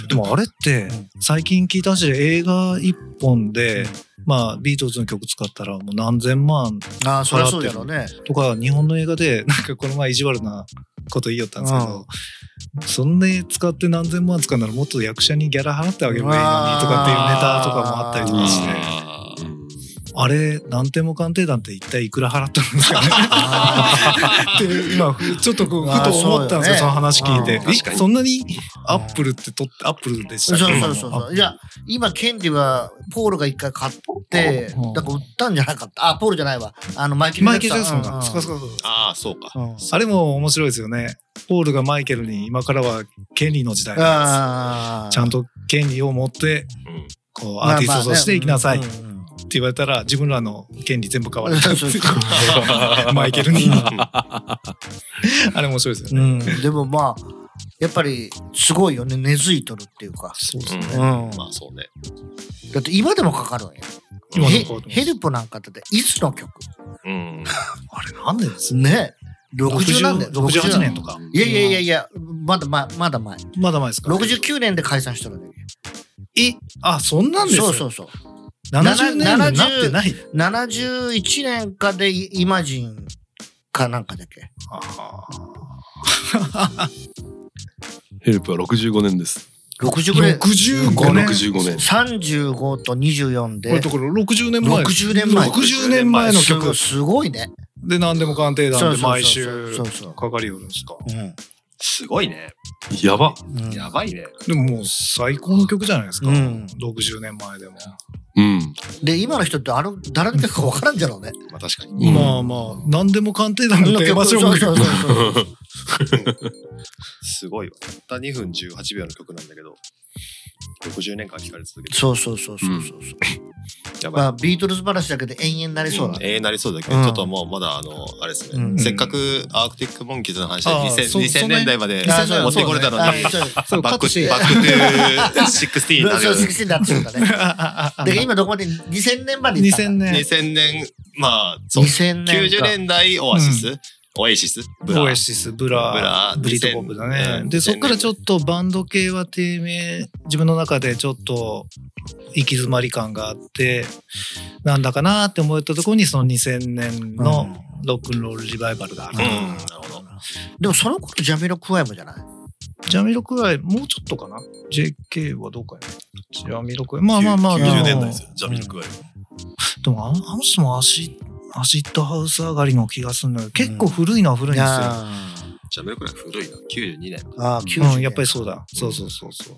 Speaker 4: でもあれって最近聞いた話で映画一本で、まあビートルズの曲使ったらもう何千万
Speaker 3: ああそりゃそうだろうね。
Speaker 4: とか日本の映画でなんかこの前意地悪なこと言いよったんですけど、そんで使って何千万使うならもっと役者にギャラ払ってあげればいいのにとかっていうネタとかもあったりと
Speaker 1: う
Speaker 4: か
Speaker 1: ん
Speaker 4: して、
Speaker 2: あー
Speaker 4: あれ何点も鑑定団って一体いくら払ったんです かねって今ふちょっとこうふと思ったんで
Speaker 3: あーそうよね
Speaker 4: すよその話聞いて
Speaker 3: うん
Speaker 1: 確か
Speaker 4: え
Speaker 1: に
Speaker 4: そんなにアップルってとアップルでし
Speaker 3: そ
Speaker 4: た
Speaker 3: う
Speaker 4: っけ
Speaker 3: そうそうそう。いや、今、権利は、ポールが一回買って
Speaker 4: うん、
Speaker 3: だから売ったんじゃなかった。あ、ポールじゃないわ。あの、マイケル・
Speaker 4: マイケル・ジャクソン
Speaker 3: うんう
Speaker 4: が
Speaker 3: ん
Speaker 4: そかそかそか
Speaker 2: あー、そうか。
Speaker 4: あれも面白いですよねポールがマイケルに今からは権利の時代なんで
Speaker 3: あー
Speaker 4: すちゃんと権利を持って
Speaker 2: うん
Speaker 4: こう
Speaker 3: まあまあ
Speaker 4: アーティストとしていきなさいっ
Speaker 3: ね
Speaker 4: て
Speaker 3: うんうん
Speaker 4: 言われたら自分らの権利全部買われたっ て
Speaker 3: そうそう
Speaker 4: いう マイケルにあれ面白いですよね
Speaker 3: うんうん でもまあ、やっぱり、すごいよね。根付いとるっていうか。
Speaker 4: そうです
Speaker 2: う
Speaker 4: ね
Speaker 2: ん
Speaker 3: うん。
Speaker 2: まあそうね。
Speaker 3: だって今でもかかるわよ。
Speaker 4: 今で
Speaker 3: ヘ
Speaker 4: もかかってます
Speaker 3: ヘルプなんかだって、いつの曲
Speaker 2: うん。
Speaker 4: あれなんでです
Speaker 3: ね。60なんだよ。
Speaker 4: 68年とか
Speaker 3: いやいやいやいや、まだままだ前。
Speaker 4: まだ前ですか
Speaker 3: 69年で解散してるんだよ。
Speaker 4: えあそんなんです
Speaker 3: そう
Speaker 4: よ
Speaker 3: そうそう。
Speaker 4: 70年代になってない
Speaker 3: 71年かでイイマジンかなんかだっけ
Speaker 1: ヘルプは65年です。
Speaker 3: ?60 ぐらい。
Speaker 4: 65年
Speaker 1: 65年。
Speaker 3: 35と24
Speaker 4: こ
Speaker 3: で
Speaker 4: れだ。から60年前
Speaker 3: 60年前。
Speaker 4: 60年前の曲
Speaker 3: すすごいね。
Speaker 4: で何でも鑑定団で毎週
Speaker 3: そうそうそう
Speaker 4: かかりよるんですか
Speaker 3: うん
Speaker 2: すごいね。
Speaker 1: やば。
Speaker 3: うん
Speaker 2: やばいね。
Speaker 4: でももう最高の曲じゃないですか、
Speaker 3: うん
Speaker 4: 60年前でも、
Speaker 1: うん。
Speaker 3: で、今の人ってあれ誰の曲か分からんじゃろうね。
Speaker 2: まあ確かに。
Speaker 1: うん
Speaker 4: まあまあ何でも鑑定団のテーマソン
Speaker 3: そう
Speaker 4: グ
Speaker 3: そうそうそう。
Speaker 2: すごいわ。たった2分18秒の曲なんだけど、60年間聴かれ続けて。
Speaker 3: そうそうそうそうそう。
Speaker 2: やばい
Speaker 3: ま。あ、ビートルズ話だけで延々になりそうだ
Speaker 2: ん
Speaker 3: ね。
Speaker 2: ええなりそうだけど、
Speaker 3: うん
Speaker 2: ちょっともうまだあのあれですね、
Speaker 3: うん
Speaker 2: せっかくアークティックモンキーズの話で
Speaker 4: あー
Speaker 2: 2000,
Speaker 4: そ
Speaker 2: 2000年代まで
Speaker 3: あそう
Speaker 2: 持ってこれたの
Speaker 3: あ
Speaker 2: に、
Speaker 3: そう
Speaker 4: そう
Speaker 2: バッ
Speaker 4: カット
Speaker 2: ク
Speaker 4: して
Speaker 2: バックトゥー16になる
Speaker 3: そ
Speaker 2: よ
Speaker 3: う、
Speaker 2: ね
Speaker 3: 60だってそうだね。だから今どこまで2000年まで行った
Speaker 4: 2000年
Speaker 2: 2000年まあそう
Speaker 3: 2000年。
Speaker 2: 90年代オアシス、オエシスブラ
Speaker 4: オエシスブラ
Speaker 2: ブラ
Speaker 4: ブリトポップだね、
Speaker 2: うん
Speaker 4: でそこからちょっとバンド系は低迷自分の中でちょっと行き詰まり感があってなんだかなって思ったところにその2000年のロックンロールリバイバルがある、
Speaker 2: うんなるほど
Speaker 3: でもその頃ジャミロクワイもじゃない
Speaker 4: ジャミロクワイもうちょっとかな JK はどうかねジャミロクワイまあまあまあ
Speaker 1: 90
Speaker 4: で
Speaker 1: 年
Speaker 4: も
Speaker 1: 代ですよ。ジャミルクワイは。
Speaker 4: でもあのあの人もアシアシッドハウス上がりの気がするんだけど結構古いのは古いんですよ、
Speaker 2: ジャミロクライ古いな92年
Speaker 3: ああ、90
Speaker 4: うん
Speaker 3: 年
Speaker 4: やっぱりそうだそうそうそうそう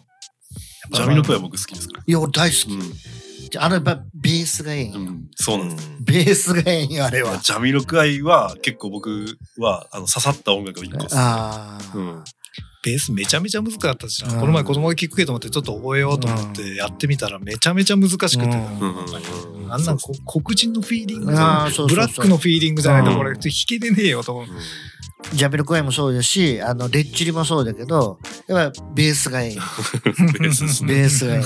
Speaker 1: ジャミルクワイは僕好きですから。
Speaker 3: いや、俺大好
Speaker 1: う
Speaker 3: き。
Speaker 1: ん
Speaker 3: あれやっぱベースがいい。
Speaker 1: うん。そうなんです。
Speaker 3: ベースがいいよ、あれは。
Speaker 1: ジャミロクワイは結構僕はあの刺さった音楽を一個です。
Speaker 3: あ
Speaker 1: う
Speaker 3: あ。
Speaker 1: ん。
Speaker 4: ベースめちゃめちゃ難かったしな、
Speaker 3: うん
Speaker 4: この前子供が聞くけど思ってちょっと覚えようと思ってやってみたらめちゃめちゃ難しくて、
Speaker 3: う
Speaker 1: うん
Speaker 3: ん
Speaker 1: うん
Speaker 4: あんなんこ黒人のフィーリング
Speaker 3: あーそうそうそう
Speaker 4: ブラックのフィーリングじゃないとこれ
Speaker 3: うん
Speaker 4: 弾けてねえよと思う、
Speaker 3: ジャミロクワイもそうだし、あの、レッチリもそうだけど、やっぱベースがい い。
Speaker 1: ベースです
Speaker 3: ベースがいい。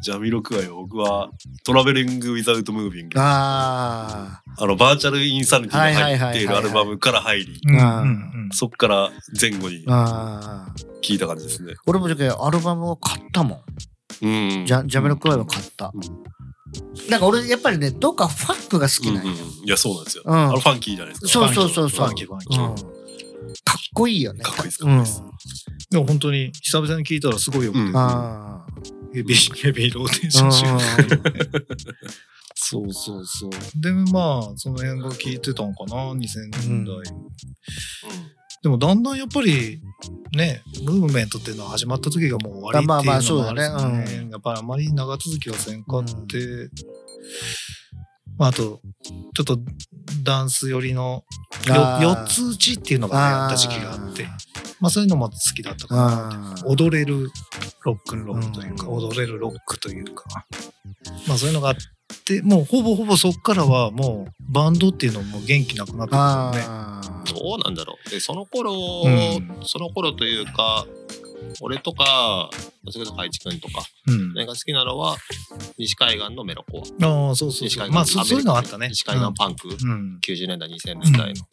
Speaker 1: ジャミロクワイは僕はトラベリング・ウィザウト・ムービング。
Speaker 3: あ
Speaker 1: あのバーチャル・インサニティが入っている
Speaker 3: はいはいはいはいは
Speaker 1: ア
Speaker 3: い
Speaker 1: ルバムから入り、
Speaker 4: うんうん
Speaker 3: あー
Speaker 4: うん
Speaker 1: そっから前後に
Speaker 3: あ。ああ。
Speaker 1: 聞いた感じですね。
Speaker 3: 俺もじゃけアルバムを買ったもん。
Speaker 1: うん。
Speaker 3: ジャジャミロクワイは買った。なんか俺、やっぱりね、どっかファンクが好きなん
Speaker 1: う
Speaker 3: よ
Speaker 1: ん。うんいや、そうなんですよ。
Speaker 3: うん
Speaker 1: あのファンキーじゃないですか。
Speaker 3: そうそうそうそう
Speaker 1: ファンキー、ファンキ
Speaker 3: う
Speaker 1: ー
Speaker 3: ん
Speaker 1: ファン
Speaker 3: か
Speaker 1: キー。
Speaker 3: っこいいよね。
Speaker 1: かっこいいですか
Speaker 3: う
Speaker 1: っこいい
Speaker 3: ん
Speaker 1: です。
Speaker 4: でも本当に久々に聞いたらすごいよくて、
Speaker 1: うん
Speaker 3: ああ。
Speaker 4: ヘビーヘビーローテーションしよう
Speaker 3: う
Speaker 4: そうそうそうでまあその辺が聞いてたんかな2000年代、
Speaker 3: うん
Speaker 4: でもだんだんやっぱりねムーブメントっていうのは始まった時がもう終わりっていうのもあるし
Speaker 3: まあまあそうだねうん
Speaker 4: やっぱりあまり長続きはせんかって、まあ、あとちょっとダンス寄りのよ
Speaker 3: あー
Speaker 4: 四つ打ちっていうのがね
Speaker 3: あー
Speaker 4: あった時期があってまあそういうのも好きだっ たかな
Speaker 3: ああ
Speaker 4: 踊れるロックンロールというか、
Speaker 3: うん
Speaker 4: 踊れるロックというかまあそういうのがあってもうほぼほぼそっからはもうバンドっていうのも元気なくなってたんですよね。
Speaker 3: あー
Speaker 2: どうなんだろうでその頃、
Speaker 4: うん
Speaker 2: その頃というか俺とかそれこそ海地君とか
Speaker 4: うん
Speaker 2: 俺が好きなのは西海岸のメロコア
Speaker 4: ああ、そうそう
Speaker 2: 西
Speaker 4: そ
Speaker 2: 海
Speaker 4: う。
Speaker 2: 岸
Speaker 4: まあ、そ
Speaker 2: アメリカ
Speaker 4: そういうのあったね。
Speaker 2: 西海岸パンク、
Speaker 4: うん。
Speaker 2: 90年代2000年代の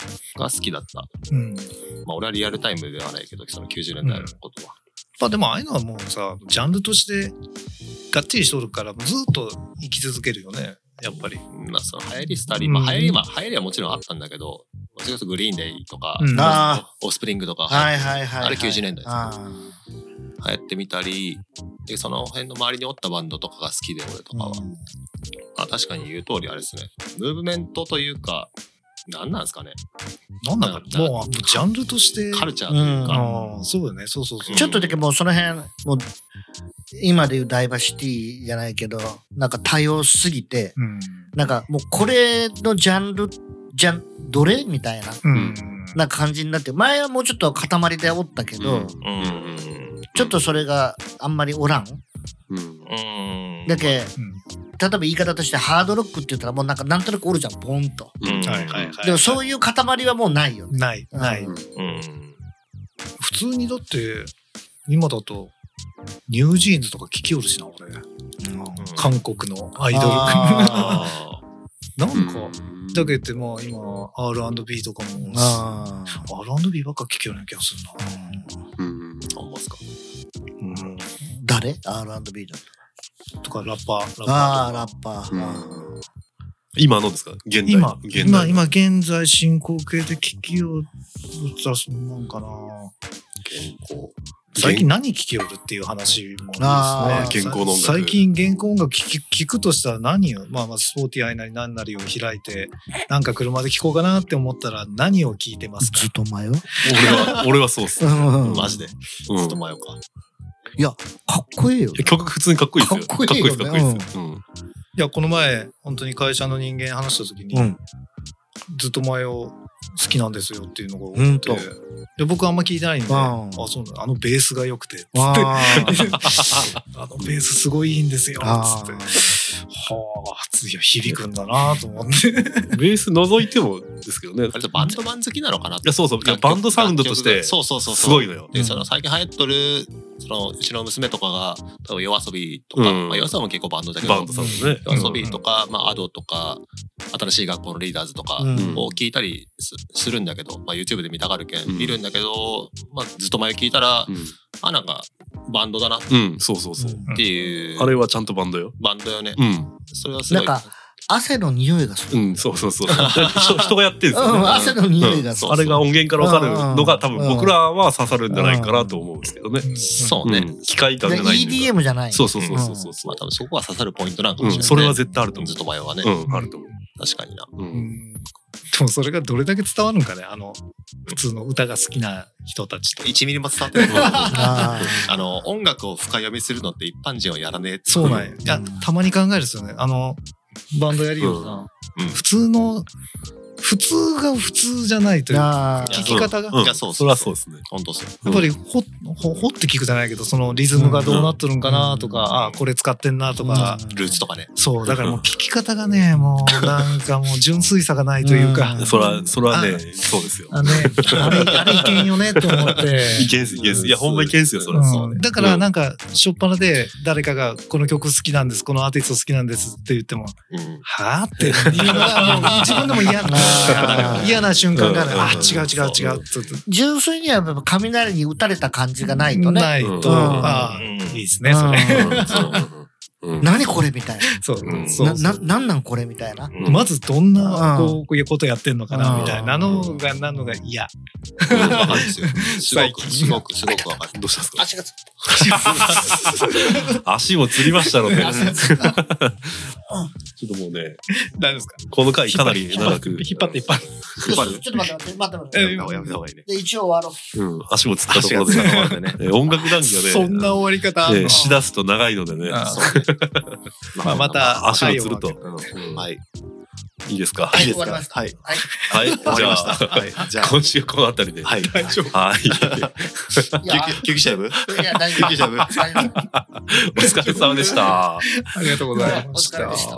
Speaker 2: が好きだった、
Speaker 4: うん。
Speaker 2: まあ俺はリアルタイムではないけどその90年代のことは、
Speaker 4: まあ、でも、ああいうのはもうさ、ジャンルとして、がっちりしとるから、ずっと生き続けるよね。
Speaker 2: やっぱり、まあ、その流行りスタリー、ま
Speaker 4: うん
Speaker 2: あ、流行りは、流行りはもちろんあったんだけど、それこそグリーンデイとか、
Speaker 4: うん
Speaker 3: あ
Speaker 2: オスプリングとか、
Speaker 3: はいはいはいはい。
Speaker 2: あれ90年代ですね
Speaker 3: あ
Speaker 2: 流行ってみたり、で、その辺の周りにおったバンドとかが好きで、俺と
Speaker 3: ー
Speaker 2: かは。
Speaker 3: うん
Speaker 2: あ確かに言う通りあれですね。ムーブメントというか、何なんですかね。
Speaker 4: なんだろうもうあのジャンルとして
Speaker 2: カルチャーというか。
Speaker 4: ああそうだねそうそうそう
Speaker 3: ちょっとだけもうその辺、もう今でいうダイバーシティじゃないけど、なんか多様すぎて、
Speaker 4: うん
Speaker 3: なんかもうこれのジャンル、じゃんどれみたいな。
Speaker 4: うん
Speaker 3: なんか感じになって前はもうちょっと塊でおったけ
Speaker 2: う
Speaker 3: ど、
Speaker 2: ん。
Speaker 3: ちょっとそれがあんまりおらん
Speaker 1: うん。
Speaker 2: うん。
Speaker 3: だけ、
Speaker 4: うん
Speaker 3: 例えば言い方としてハードロックって言ったらもうなんかなんとなくおるじゃんポンと
Speaker 1: うん。
Speaker 4: はいはいはい
Speaker 3: でもそういう塊はもうないよね
Speaker 4: ないない
Speaker 1: うん
Speaker 2: うん。
Speaker 4: 普通にだって今だとニュージーンズとか聴きよるしな俺韓国のアイドル
Speaker 3: あ
Speaker 2: あ
Speaker 4: なんかだけってまあ今 R&B とかも
Speaker 3: あー
Speaker 4: R&B ばっか聴きよるような気がするな
Speaker 1: うん。
Speaker 2: ー。思うんすか。
Speaker 4: うん
Speaker 3: 誰 ?R&B だ
Speaker 4: とかラッパー
Speaker 3: ああ
Speaker 4: ラッパー
Speaker 3: ラッパー、
Speaker 1: うん今のですか現代。
Speaker 4: 今
Speaker 1: 現
Speaker 4: 今
Speaker 1: 代。
Speaker 4: 今現在進行形で聴きよるったらそんなんかな
Speaker 1: 健康。
Speaker 4: 最近何聴きよるっていう話も
Speaker 3: あ
Speaker 4: あ
Speaker 3: ー
Speaker 4: りますね。
Speaker 1: 原稿の音楽
Speaker 4: 最近原稿音楽聞き聞くとしたら何を、まあまあスポーティアイなり何なりを開いて、なんか車で聞こうかなって思ったら何を聞いてますか
Speaker 3: ずっと前よ、
Speaker 1: 俺は、俺はそうっす。
Speaker 3: うん
Speaker 2: マジで。ち
Speaker 1: う
Speaker 2: ょっ
Speaker 1: ん
Speaker 2: と迷うか。
Speaker 3: かっこいいよ
Speaker 1: いや曲普通にかっこいいですよ。
Speaker 3: かっこいいよね
Speaker 1: かっこいいですかっこいいですよ。うん
Speaker 4: いや、この前、本当に会社の人間話した時に、
Speaker 3: うん
Speaker 4: ずっと前を好きなんですよっていうのが多
Speaker 3: う
Speaker 4: く
Speaker 3: ん
Speaker 4: て、
Speaker 3: と
Speaker 4: で僕あんま聞いてないん
Speaker 3: う
Speaker 4: で、
Speaker 3: ん
Speaker 4: あ、そうなんだ、あのベースが良くて、つって、あ
Speaker 3: あ ー
Speaker 4: のベースすごいいいんですよ、
Speaker 3: あー
Speaker 4: つって、はあ、ついや響くんだなと思って。
Speaker 1: ベース覗いてもですけどね。い
Speaker 2: あれってバンドマン好きなのかなって
Speaker 1: や、そうそう。いやバンドサウンドとし
Speaker 2: 楽曲
Speaker 1: て、
Speaker 2: が
Speaker 1: す
Speaker 2: そうそうそうそう。
Speaker 1: ごいのよ。
Speaker 2: で、その最近流行っとる、その、うちの娘とかが、多分夜遊びとか、
Speaker 1: うん
Speaker 2: まあ夜遊びも結構バンドだけど、
Speaker 1: バンドサウンドね。
Speaker 2: 夜遊びとか、まあ、アドとか、新しい学校のリーダーズとか、
Speaker 3: うん
Speaker 2: を聞いたりすするんだけど、まあ、YouTube で見たがるけん、
Speaker 1: うん
Speaker 2: 見るんだけど、まあ、ずっと前聞いたら、あなんかバンドだなっ
Speaker 1: うんうん、そうそうそう。
Speaker 2: ていう、
Speaker 1: あれはちゃんとバンドよ。
Speaker 2: バンドよね、
Speaker 1: うん。
Speaker 2: それはすご
Speaker 3: ないんか汗の匂いがす
Speaker 1: う
Speaker 3: る、
Speaker 1: ん、そうそうそう。人人がやってるんです
Speaker 3: う
Speaker 1: よ
Speaker 3: ん、
Speaker 1: ね。
Speaker 3: 汗の匂いがする、
Speaker 1: あれが音源からわかるのが多分
Speaker 3: うん
Speaker 1: 僕らは刺さるんじゃないかなと思うんですけどね。
Speaker 2: そう
Speaker 1: う
Speaker 2: ね、
Speaker 1: ん機械感
Speaker 3: で
Speaker 1: がないというか。
Speaker 3: EDM じゃない
Speaker 1: そうそうそうそうそう
Speaker 2: まあ多分そこは刺さるポイントなんか
Speaker 1: うん。
Speaker 2: もしれない、ね
Speaker 1: それは絶対あると思
Speaker 2: ずっと前はね、
Speaker 1: う。うん、あると思
Speaker 2: 確かにな
Speaker 1: う。う。
Speaker 4: うんんでもそれがどれだけ伝わるのかねあの普通の歌が好きな人たちと。
Speaker 2: 1ミリも伝わってない
Speaker 3: あ
Speaker 2: あの音楽を深読みするのって一般人はやらねえって
Speaker 4: そうなんや。
Speaker 3: ん
Speaker 4: いやたまに考えるんですよねあのバンドやりような、
Speaker 2: うんうん
Speaker 4: 普通の普通が普通じゃないというか
Speaker 3: あ
Speaker 2: いや
Speaker 4: 聞き方が。
Speaker 1: うん
Speaker 2: いやそうそうそう
Speaker 1: それはそうですね。
Speaker 2: 本当そう
Speaker 4: やっぱりほほほって聞くじゃないけどそのリズムがどうなっとるんかなとか、
Speaker 3: うん
Speaker 4: あこれ使ってんなとか、
Speaker 2: ルーツとかね
Speaker 4: そうだか らもう聞き方がねもうなんかもう純粋さがないというか、
Speaker 3: うん
Speaker 1: それは、それはね、そうですよ。
Speaker 4: あね、あれ、あれいけんよねって思って。
Speaker 1: いけんす、いけんす。いや、ほんまいけんすよ、それは。
Speaker 4: う
Speaker 1: そ
Speaker 4: ん、だからなんか、しょっぱなで誰かがこの曲好きなんです、このアーティスト好きなんですって言っても、
Speaker 2: うん
Speaker 4: は ぁっていうのがもう自分でも嫌な
Speaker 3: う、ん
Speaker 4: 嫌な瞬間がある。
Speaker 1: うん
Speaker 4: あ、違う違う違う。ちょっと
Speaker 3: 純粋にはやっぱ雷に打たれた感じがないとね。
Speaker 4: ないと、
Speaker 1: うん
Speaker 4: あ
Speaker 2: うん
Speaker 4: いいですね、それ。
Speaker 1: うんそううんうん
Speaker 3: 何これみたい
Speaker 4: そう
Speaker 1: うん
Speaker 4: そ
Speaker 3: な。
Speaker 4: うそ
Speaker 3: な、
Speaker 4: う
Speaker 3: な、なんなんこれみたいな。
Speaker 1: うん
Speaker 4: まずどんな、
Speaker 3: うん
Speaker 4: こう、こういうことやってんのかな、
Speaker 3: うん
Speaker 4: みたいなのが、なのが嫌。
Speaker 2: わかる んですよす
Speaker 4: 最
Speaker 2: ごくす
Speaker 4: 近
Speaker 2: ごくすごくわかる
Speaker 1: どうしたんですか
Speaker 3: 足がつ、
Speaker 1: 足もつりましたので。ちょっともうね、
Speaker 4: 大丈夫ですか
Speaker 1: この回かなり長く。
Speaker 4: 引っ張って引っ張って。
Speaker 3: ちょっと待って待って待って待って
Speaker 4: え
Speaker 3: 待っ
Speaker 2: やめた方がやめた方がいいね
Speaker 3: て。で、一応終わろ
Speaker 1: うん、足もつったところで。え音楽談義がね、
Speaker 4: そんな終わり方あん
Speaker 1: え
Speaker 4: の
Speaker 1: ーしだすと長いのでね、
Speaker 4: あ
Speaker 1: そう
Speaker 4: まあまた
Speaker 1: 足をつると。うん
Speaker 2: はい
Speaker 1: いいですか
Speaker 3: う。はいい、
Speaker 1: いで
Speaker 3: 終
Speaker 1: す
Speaker 3: わり
Speaker 1: か
Speaker 3: ました。
Speaker 2: はい
Speaker 3: はい。
Speaker 1: はい、終
Speaker 2: わりました
Speaker 1: はい、
Speaker 2: じ
Speaker 1: じ
Speaker 2: ゃ
Speaker 1: ゃ
Speaker 2: あ
Speaker 1: あ、今週この辺りで。
Speaker 2: はい
Speaker 4: 大丈夫。
Speaker 1: はい。
Speaker 3: い
Speaker 2: 救
Speaker 3: や、
Speaker 2: 急救急車呼ぶ
Speaker 3: いや、大丈夫。
Speaker 2: 救急車呼ぶ
Speaker 3: 大丈夫
Speaker 1: お疲れ様でした。
Speaker 4: ありがとうございまし
Speaker 3: お疲れでした
Speaker 4: た。